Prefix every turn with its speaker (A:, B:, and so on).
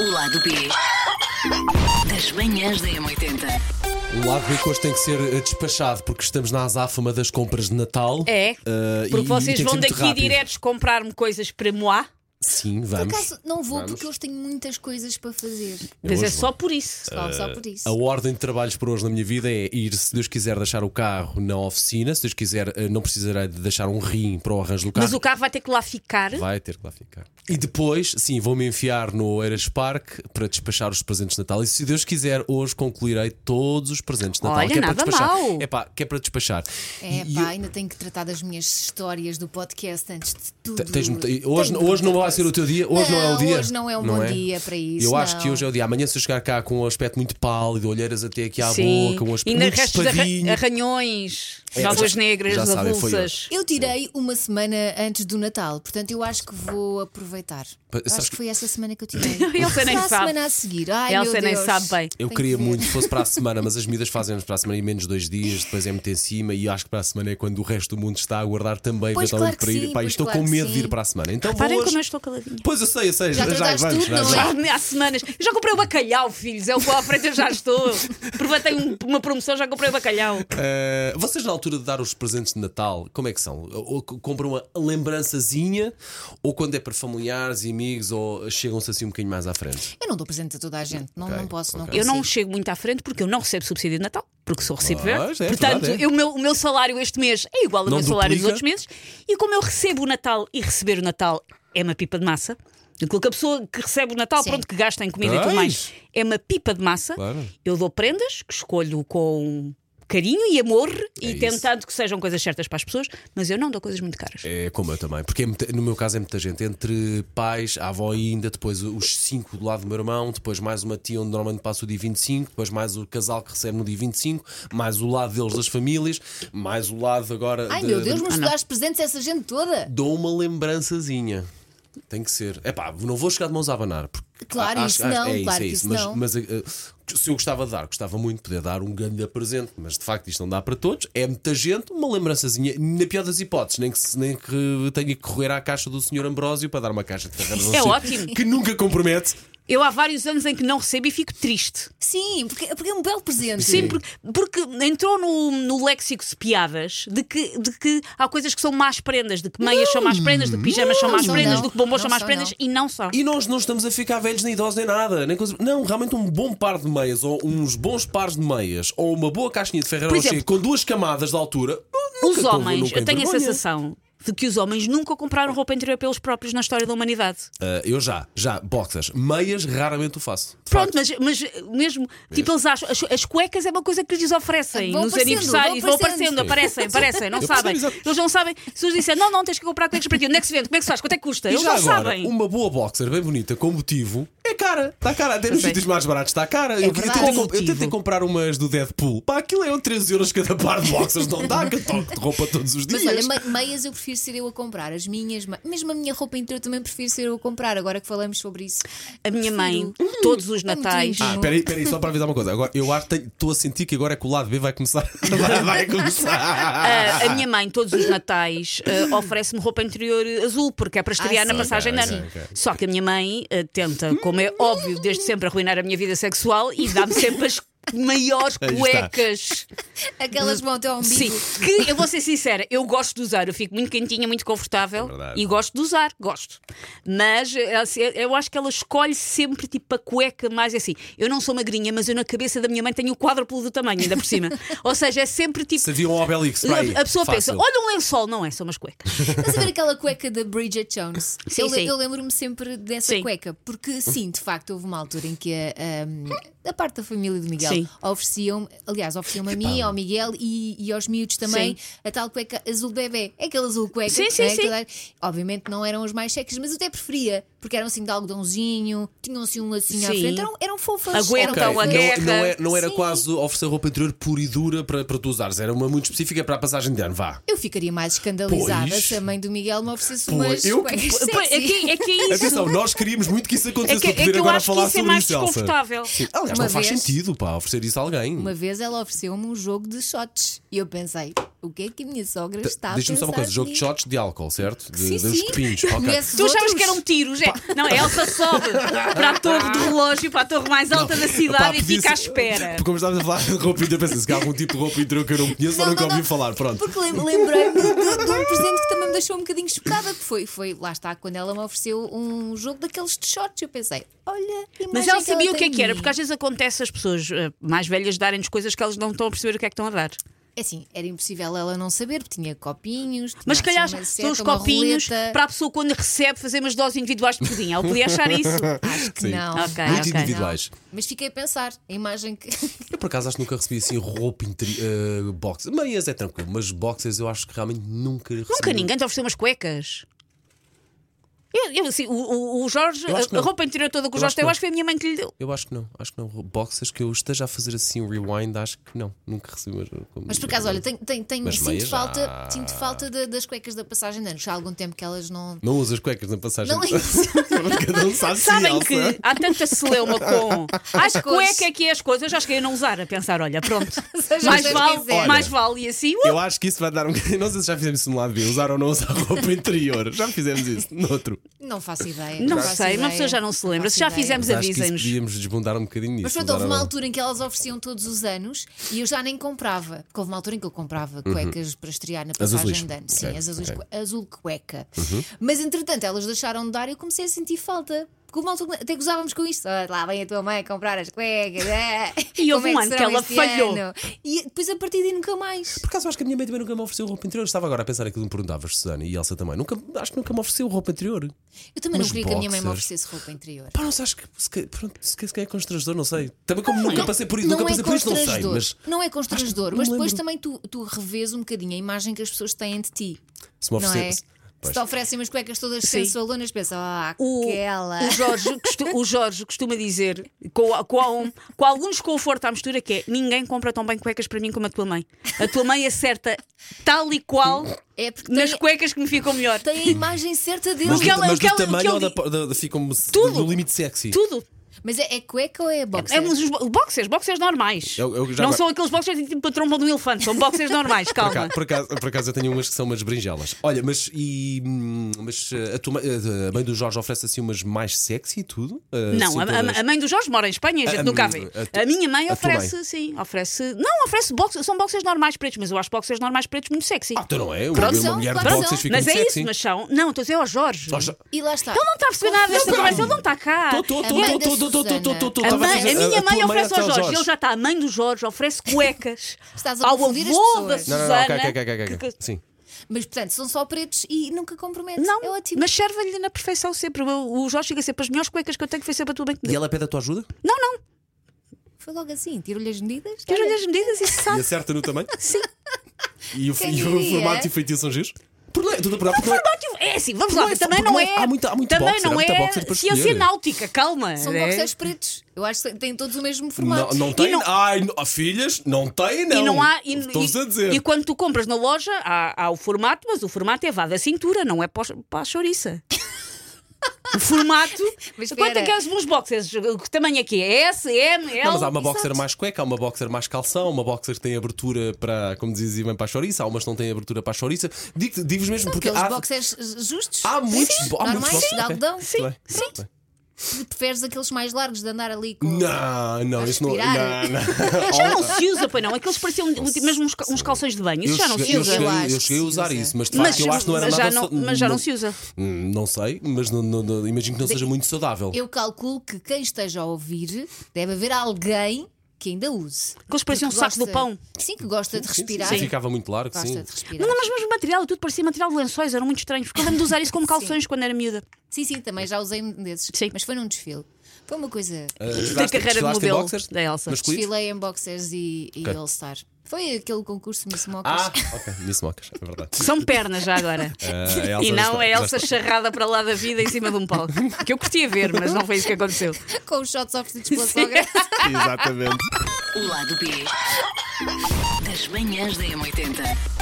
A: O lado B das manhãs da M80.
B: O lado Rico hoje tem que ser eh, despachado porque estamos na azáfama das compras de Natal.
C: É.
B: Eh,
C: Porque
B: e- e tem
C: vocês
B: que ser
C: vão
B: muito
C: daqui
B: rápido.
C: diretos comprar-me coisas para moi,
B: Sim,
D: Por
B: vamos.
D: acaso não vou
B: Vamos.
D: porque hoje tenho muitas coisas para fazer.
C: mas
B: hoje
C: é
B: vou. Ah,
C: só por isso.
D: Só, só por isso.
B: A ordem de trabalhos por hoje na minha vida é ir, se Deus quiser, deixar o carro na oficina. Se Deus quiser, eh, não precisarei de deixar um rim para o arranjo do carro.
C: Mas o carro vai ter que lá ficar.
B: Vai ter que lá ficar. E depois, sim, vou-me enfiar no Eras Park para despachar os presentes de Natal. E se Deus quiser, hoje concluirei todos os presentes de Natal.
C: Olha,
B: que é
C: nada
B: para despachar.
C: mau.
B: É pá, que é para despachar.
D: É
B: E- e
D: pá, ainda tenho que tratar das minhas histórias do podcast antes de tudo.
B: Te- tens muita- e
D: Tenho
B: hoje, hoje não vai
D: muita
B: ser o teu dia, hoje não, é o
D: Não,
B: dia.
D: hoje não é um bom dia para isso,
B: Eu acho
D: não.
B: que hoje é o dia. Amanhã, se eu chegar cá com um aspecto muito pálido, olheiras até aqui à
C: Sim.
B: boca, um aspecto
C: e na
B: muito
C: restos de
B: espadinho.
C: arra- arranhões,
B: É,
C: nódoas
B: já-
C: negras,
B: já sabem, foi
C: avulsas.
D: Eu tirei uma semana antes do Natal, portanto eu acho que vou aproveitar.
B: Pa-
D: Eu
B: sabes
D: acho
B: que-
D: que foi essa semana que eu tirei.
C: Elsa nem
D: Será a
C: sabe.
D: semana a seguir. Ai,
C: Elsa
D: meu
C: nem
D: Deus.
C: sabe bem.
B: Eu
D: Tenho
B: queria
D: que ver.
B: muito que fosse para a semana, mas as medidas fazem-nos para a semana e menos dois dias, depois é muito em cima, e eu acho que para a semana é quando o resto do mundo está a aguardar também,
D: Pois,
B: eventualmente,
D: claro que
B: para ir.
D: sim,
B: Pá, e
D: pois,
B: estou
D: claro
B: com
D: que
B: medo de ir
D: sim.
B: para a semana. Então
C: Reparem
B: vou
C: como eu
B: hoje.
C: estou caladinha.
B: Pois eu sei, eu sei, já, já
D: trataste
B: vamos.
D: tudo,
B: já,
D: não é?
B: já.
C: Já há semanas. Já comprei o bacalhau, filhos. É o que lá à frente eu já estou. Aproveitei um- uma promoção, já comprei o bacalhau.
B: Uh, vocês, na altura de dar os presentes de Natal, como é que são? Ou c- compram uma lembrançazinha, ou quando é para familiares e amigos, ou chegam-se assim um bocadinho mais à frente?
D: Eu não dou presente a toda a gente, não,
B: Ok,
D: não posso, não
B: ok.
C: Eu não
D: consigo.
C: chego muito à frente porque eu não recebo subsídio de Natal, porque sou recebiverde.
B: Pois, é
C: Portanto,
B: verdade, é.
C: eu- o, meu, o meu salário este mês é igual ao
B: Não
C: meu salário dos
B: duplica.
C: outros meses. E como eu recebo o Natal e receber o Natal é uma pipa de massa, aquilo que a pessoa que recebe o Natal,
D: Sim.
C: pronto, que gasta em comida e tudo
B: Pois.
C: mais, é uma pipa de massa.
B: Claro.
C: Eu dou prendas que escolho com carinho e amor e
B: É isso.
C: tentando que sejam coisas certas para as pessoas, mas eu não dou coisas muito caras.
B: É como eu também, porque é muita- no meu caso é muita gente, entre pais, a avó ainda, depois os cinco do lado do meu irmão, depois mais uma tia onde normalmente passa o dia 25, depois mais o casal que recebe no dia 25, mais o lado deles das famílias, mais o lado agora.
D: Ai
B: de-
D: meu Deus,
B: de-
D: mas tu dás presentes a essa gente toda?
B: dou uma lembrançazinha. Tem que ser. É pá, não vou chegar de mãos a abanar. Porque
D: Claro,
B: a-
D: isso
B: acho-
D: não,
B: é isso,
D: claro
B: é
D: que
B: isso.
D: isso
B: mas
D: não.
B: mas, eh, se eu gostava de dar, gostava muito de poder dar um grande presente, mas de facto isto não dá para todos. É muita gente, uma lembrançazinha, na pior das hipóteses, nem que, se- nem que tenha que correr à caixa do Sr. Ambrósio para dar uma caixa de ferreiras
C: é
B: ao senhor,
C: ótimo.
B: Que nunca compromete.
C: Eu há vários anos em que não recebo e fico triste.
D: Sim, porque, porque é um belo presente.
C: Sim, porque, porque entrou no, no léxico de piadas de que, de que há coisas que são más prendas, de que meias são más prendas, de que pijamas são más
D: não,
C: prendas,
D: não.
C: de que bombons
D: Não
C: são más
D: são,
C: prendas
D: não.
C: e não são.
B: E nós não estamos a ficar velhos nem idosos nem nada. Nem coisa... Não, realmente um bom par de meias, ou uns bons pares de meias, ou uma boa caixinha de ferreira
C: Por
B: ao senhor,
C: exemplo,
B: com duas camadas de altura. nunca
C: Os
B: com-
C: homens,
B: nunca
C: eu tenho a
B: envergonha.
C: sensação de que os homens nunca compraram roupa interior pelos próprios na história da humanidade.
B: Ah, eu já, já, boxers. Meias raramente o faço. De
C: Pronto,
B: facto.
C: mas, mas mesmo, tipo, eles acham, as, as cuecas é uma coisa que lhes oferecem
D: Vão
C: nos
D: aparecendo,
C: aniversários,
D: vão
C: vão
D: aparecendo.
C: aparecendo, aparecem, aparecem, não
B: Eu
C: sabem.
B: percebo, exato.
C: Eles não sabem. Se eles disserem, não, não, tens que comprar cuecas para ti, onde é que se vende, como é que se faz, quanto é que custa?
B: E
C: Eles
B: já
C: não
B: agora, Um
C: sabem.
B: uma boa boxer bem bonita, com motivo, é cara. Está cara. Até nos
C: sei.
B: sítios mais baratos está
C: É
B: cara. eu,
D: verdade.
B: tentei,
D: Com
B: comp- eu
C: motivo.
B: tentei comprar umas do Deadpool. Pá, aquilo é um 13 euros cada par de boxers. Não dá que toque de roupa todos os dias.
D: Mas olha, me- meias eu prefiro ser eu a comprar, as minhas, me- mesmo a minha roupa interior também prefiro ser eu a comprar, agora que falamos sobre isso.
C: A minha mãe,
D: Prefiro.
C: todos os
D: muito
C: natais,
D: íntimo.
B: Ah, peraí, peraí, só para avisar uma coisa. Agora, eu acho que estou a sentir que agora é que o lado B vai começar. Vai, vai começar.
C: Ah, A, a minha mãe, todos os natais, eh, oferece-me roupa interior azul, porque é para estrear na
D: sim.
C: passagem de
B: Ok,
C: ano.
B: ok, ok.
C: Só que a minha mãe eh, tenta, como é óbvio, desde sempre arruinar a minha vida sexual e dá-me sempre as maiores
B: Aí está.
C: cuecas.
D: Aquelas vão até ao umbigo.
C: Sim, que eu vou ser sincera, eu gosto de usar, eu fico muito quentinha, muito confortável
B: É verdade.
C: e gosto de usar, gosto. Mas eh, assim, eu acho que ela escolhe sempre tipo a cueca mais assim. Eu não sou magrinha, mas eu na cabeça da minha mãe tenho o quádruplo do tamanho, ainda por cima. Ou seja, é sempre tipo.
B: Se havia um Obelix para aí.
C: A pessoa
B: Fácil.
C: pensa, olha um lençol, não é, são umas cuecas.
D: Estás a ver aquela cueca da Bridget Jones?
C: Sim,
D: eu, le-
C: sim.
D: eu lembro-me sempre dessa
C: Sim.
D: cueca, porque sim, de facto, houve uma altura em que a, um, a- a parte da família do Miguel
C: Sim.
D: ofereciam, aliás, ofereciam-me a mim, ao Miguel e, e aos miúdos também, a tal cueca azul bebê. É aquela azul cueca.
C: Sim, sim,
D: né,
C: sim.
D: aquela- Obviamente não eram as mais sexys, mas eu até preferia, porque eram assim de algodãozinho, tinham assim um lacinho à
C: Sim.
D: frente, eram, eram fofas.
C: Aguentam
B: Ok,
C: então,
D: eram
C: a
B: não,
D: fofas.
C: guerra.
B: não é- não era
D: Sim.
B: quase oferecer roupa interior pura e dura para, para tu usares, era uma muito específica para a passagem de ano, vá.
D: Eu ficaria mais escandalizada
B: Pois.
D: se a mãe do Miguel me oferecesse
B: Pois,
D: umas
B: eu-
D: cuecas
C: Pois,
D: sexy.
C: É que, é que é isso.
B: Atenção, nós queríamos muito que isso
C: É
B: acontecesse
C: que, é
B: para poder
C: que eu
B: agora
C: acho que
B: falar
C: isso é
B: sobre
C: mais
B: isso, Elsa.
C: desconfortável.
B: Sim, aliás,
D: Uma
B: não faz
D: vez-
B: sentido, pá, oferecer isso a alguém.
D: Uma vez ela ofereceu-me um jogo de shots e eu pensei, o que é que a minha sogra está a
B: Então, Diz-me só uma
D: pensar
B: coisa: jogo de
D: nisto?
B: shots de álcool, certo? De,
D: Sim,
B: de uns
D: sim.
B: copinhos. ok.
D: Conheces
C: Tu achavas
D: outros?
B: um
C: que eram tiros, é? Não, a Elsa sobe para a torre do relógio, para a torre mais alta da
B: Pá,
C: cidade e
B: podia
C: fica à
B: ser-
C: espera.
B: Porque como estávamos a falar de roupa interior, pensei, se calhar algum tipo de roupa interior que eu não conheço ou nunca ouvi falar. Pronto.
D: Porque lem- lembrei-me de, de- de um presente que também me deixou um bocadinho chocada, que foi, foi, lá está, quando ela me ofereceu um jogo daqueles de shorts. Eu pensei, olha, a
C: Mas
D: imagem
C: ela sabia o
D: tem
C: que é que
D: de
C: era,
D: mim.
C: porque às vezes acontece as pessoas eh, mais velhas darem-nos coisas que elas não estão a perceber o que é que estão a dar.
D: É assim, era impossível ela não saber, porque tinha copinhos,
C: Ah, Mas é se
D: tinha
C: calhar
D: assim uma
C: são os
D: seta, uma
C: copinhos
D: roleta.
C: para a pessoa quando recebe fazer umas doses individuais de pudim. Ela podia achar isso.
D: Acho que
B: Sim.
D: não.
C: Ok,
D: acho
B: Muito
D: que
B: individuais.
D: não. Mas fiquei a pensar, a imagem que.
B: Eu por acaso acho que nunca recebi assim roupa interior. boxers. Meias é tranquilo, mas boxers eu acho que realmente nunca recebi.
C: Nunca ninguém te ofereceu umas cuecas. Eu, eu, assim, o- o, o Jorge,
B: Eu acho que
C: a, a
B: não.
C: roupa interior toda que o
B: Eu
C: Jorge
B: acho que
C: tem, eu
B: não.
C: acho que foi a minha mãe que lhe deu.
B: Eu acho que não, acho que não. Boxers que eu esteja a fazer assim um rewind, acho que não. Nunca recebi. Mas, eh,
D: Mas por acaso, olha, tenho, tenho, tenho-
B: Mas
D: sinto,
B: meias ah.
D: falta,
B: já.
D: sinto falta de- das cuecas da passagem de anos. Já há algum tempo que elas não.
B: Não usas cuecas na passagem.
D: Não é isso.
B: Cada um sabe se
C: Sabem
B: Elsa.
C: que há tanta celeuma com as
D: cores.
C: cueca que é as coisas, eu já cheguei a não usar, a pensar, olha, pronto,
D: Seja o
C: mais
D: que
C: vale,
D: quiser.
C: mais vale e assim. uh,
B: Eu acho que isso vai dar um. Não sei se já fizemos isso no lado B, usar ou não usar roupa interior. Já fizemos isso no outro.
D: Não faço ideia.
C: Não
D: faço
C: sei, uma
D: ideia,
C: pessoa já não se lembra.
D: faço
C: Se já
D: ideia.
C: fizemos,
B: Mas acho que isso
C: avisem-nos.
B: devíamos desbundar um bocadinho nisso.
D: Mas pronto,
B: usar
D: houve
B: ou
D: uma
B: não.
D: altura em que elas ofereciam todos os anos e eu já nem comprava. Porque houve uma altura em que eu comprava cuecas para estrear na
B: As
D: passagem
B: azuis.
D: de ano. Sim,
B: Uhum. Ok,
D: as azuis,
B: ok. Uhum.
D: cue- azul cueca. Mas entretanto, elas deixaram de dar e eu comecei a sentir falta. Porque houve uma altura até gozávamos com isto. Ah, lá vem a tua mãe comprar as cuecas. ah,
C: E
D: como
C: houve um ano que
D: serão
C: ela
D: este
C: falhou.
D: ano? E depois a partir daí nunca mais.
B: Por acaso acho que a minha mãe também nunca me ofereceu roupa interior. Eu Estava agora a pensar aquilo que me perguntavas, Susana e Elsa também. Nunca, acho que nunca me ofereceu roupa interior.
D: Eu também não
B: Mas
D: queria que a minha mãe me
B: boxers.
D: oferecesse roupa interior.
B: Pá, não sei, acho que se que- pronto, se que- se calhar é constrangedor, não sei. Também como nunca passei por isso,
D: Não
B: nunca
D: é
B: passei por isto, não sei.
D: constrangedor.
B: Mas
D: Não é constrangedor,
B: não
D: mas
B: me
D: depois
B: lembro.
D: também tu, tu revês um bocadinho a imagem que as pessoas têm de ti.
B: se me
D: Não é?
B: oferecesse.
D: Se te oferecem umas cuecas todas
C: Sim.
D: sensualonas, pensa, ah,
C: O,
D: aquela.
C: o Jorge, costu- o Jorge costuma dizer, com, a- com, a- com algum desconforto à mistura, que é ninguém compra tão bem cuecas para mim como a tua mãe. A tua mãe acerta tal e qual
D: É porque
C: nas
D: tem,
C: cuecas que me ficam melhor.
D: tem a imagem certa dele. é
B: Mas,
D: Mas,
C: que
B: do-
C: ela-
B: mas
C: o que
B: do
C: ela- o que
B: tamanho
C: eu
B: ou da,
C: di-
B: po- da, da ficam
C: Tudo.
B: do limite sexy?
C: Tudo.
D: é, é cueca ou é boxer?
C: É uns bo- boxers, boxers normais.
B: Eu- eu já
C: não
B: agora-
C: são aqueles boxers de tipo a tromba de um elefante, são boxers normais,
B: Por
C: calma.
B: acaso, por, acaso, por acaso eu tenho umas que são umas berinjelas. Olha, mas e. hum, Mas eh, a, tua, mãe- eh, a mãe do Jorge oferece assim umas mais sexy e tudo? Eh,
C: Não,
B: assim,
C: a,
B: todas-
C: a- a mãe do Jorge mora em Espanha, a gente
B: A- a-
C: nunca a vê.
B: a tu-
C: A, minha mãe
B: a tua
C: oferece,
B: mãe.
C: sim, oferece. Não, oferece boxers, são boxers normais pretos, mas eu acho boxers normais pretos muito sexy.
B: Ah, então não é? Uma,
D: Pronto,
B: uma
D: são,
B: mulher de
D: claro
B: boxers
D: são.
B: fica
C: mas é
B: muito sexy.
C: isso, mas são. Não, estou a dizer ao Jorge.
B: Nossa,
D: E lá está.
C: Não está a perceber nada desta conversa, ele não está cá.
B: tô, tô, tô,
D: A mãe
B: tô,
D: da
B: tô, tô, tô, tô, tô, tô, tô,
D: Susana.
C: Ah, A,
B: tava
C: mãe-
B: dizer, "Ah,
C: a minha
B: tua é
C: mãe oferece ao
B: oferece
C: Jorge. ele já está. A mãe do Jorge oferece cuecas
D: Estás a
C: ao
D: confundir as
C: avô da
D: pessoas.
B: Não, não, não,
C: Susana.
B: ok, ok, ok, ok, ok.
C: que- que-
B: Sim.
D: Mas portanto, são só pretos e nunca compromete.
C: Não,
D: é ótimo.
C: mas serve-lhe na perfeição sempre. O o Jorge chega sempre as melhores cuecas que eu tenho que foi sempre a tua bem que me
B: E
C: deu.
B: ela pede a tua ajuda?
C: Não, não,
D: Foi logo assim, tiro-lhe as medidas.
C: tira-lhe as medidas e se
B: E
C: sabe.
B: acerta no tamanho? Sim. E o,
D: Quem
B: e o
D: diria?
B: formato e o feitiço são giros? Por lei, tudo a provar, porque não é-
C: Formato- É assim, vamos lá,
B: Porque não é-
C: também
B: porque
C: não
B: não é-
C: é.
B: há muito- há muito
C: também
B: boxer, há
C: não
B: muita
C: é
B: boxer para
C: ciência
B: escolher.
C: náutica, calma.
D: São
C: é?
D: boxers pretos. Eu acho que têm todos o mesmo
B: Não,
D: formato.
B: não tem.
C: não-
B: Ai, não- oh, filhas, não tem, não.
C: E não há. E,
B: Estou-vos a
C: e
B: dizer.
C: quando tu compras na loja, há, há o formato, mas o formato é vá da cintura, não é para, os- para a chouriça. O formato.
D: Mas espera.
C: quanto é que és bons boxers? Que tamanho é que é? S, M, L?
B: Não, mas há uma boxer
D: exato.
B: mais cueca, há uma boxer mais calção, uma boxer que tem abertura para, como dizia bem para a chouriça, há umas que não têm abertura para a chouriça. Digo- Digo-vos mesmo, porque
D: Aqueles
B: há,
D: boxers justos.
B: há muitos,
D: Sim,
B: há muitos
D: normais,
B: boxers.
D: de
B: ok.
D: algodão.
B: Muito bem. Muito bem.
D: Preferes aqueles mais largos de andar ali com.
B: Não, não, isso não.
D: respirar.
B: Não, não.
C: Já não se usa, pois não. Aqueles pareciam mesmo uns, ca- uns calções de banho. Isso já não se
B: cheguei-
C: usa.
B: cheguei-
D: Eu acho
B: eu
D: que
B: cheguei a
D: se
B: usar
D: usa.
B: isso, mas de
C: Mas,
B: facto eu acho que não era
C: mas
B: nada.
C: já não,
B: sa-
C: mas já não se usa.
B: Hum, Não sei, mas não- não- não- imagino que não seja muito saudável.
D: Eu calculo que quem esteja a ouvir deve haver alguém que ainda use.
C: Aqueles pareciam um
D: Que
C: saco do
D: gosta-
C: pão.
D: Sim, que gosta de respirar.
B: Sim, ficava muito largo,
D: Gosta
B: sim.
D: de
C: Não,
D: respirar.
C: não, mas mesmo material, tudo parecia material de lençóis, eram muito estranhos. Porque eu lembro de usar isso como calções quando era miúda.
D: Sim, sim, também já usei um desses.
C: Sim.
D: Mas foi num desfile. Foi uma coisa.
B: Ah, desfilaste-
C: carreira de
B: desfilaste em
C: modelo
B: boxers?
C: da Elsa.
B: Mas clips?
D: Desfilei em boxers e, e
B: Ok.
D: All-Star. Foi aquele concurso Miss Mockers.
B: Ah, ok, disse mocas, é verdade.
C: São pernas já agora.
B: Ah, a Elsa
C: e
B: já
C: não
B: está-
C: a
B: já
C: Elsa charrada para lá da vida em cima de um palco. Que eu curtia ver, mas não foi isso que aconteceu.
D: Com os shots oferecidos pela sogra.
B: Exatamente.
A: O lado B das manhãs da M80.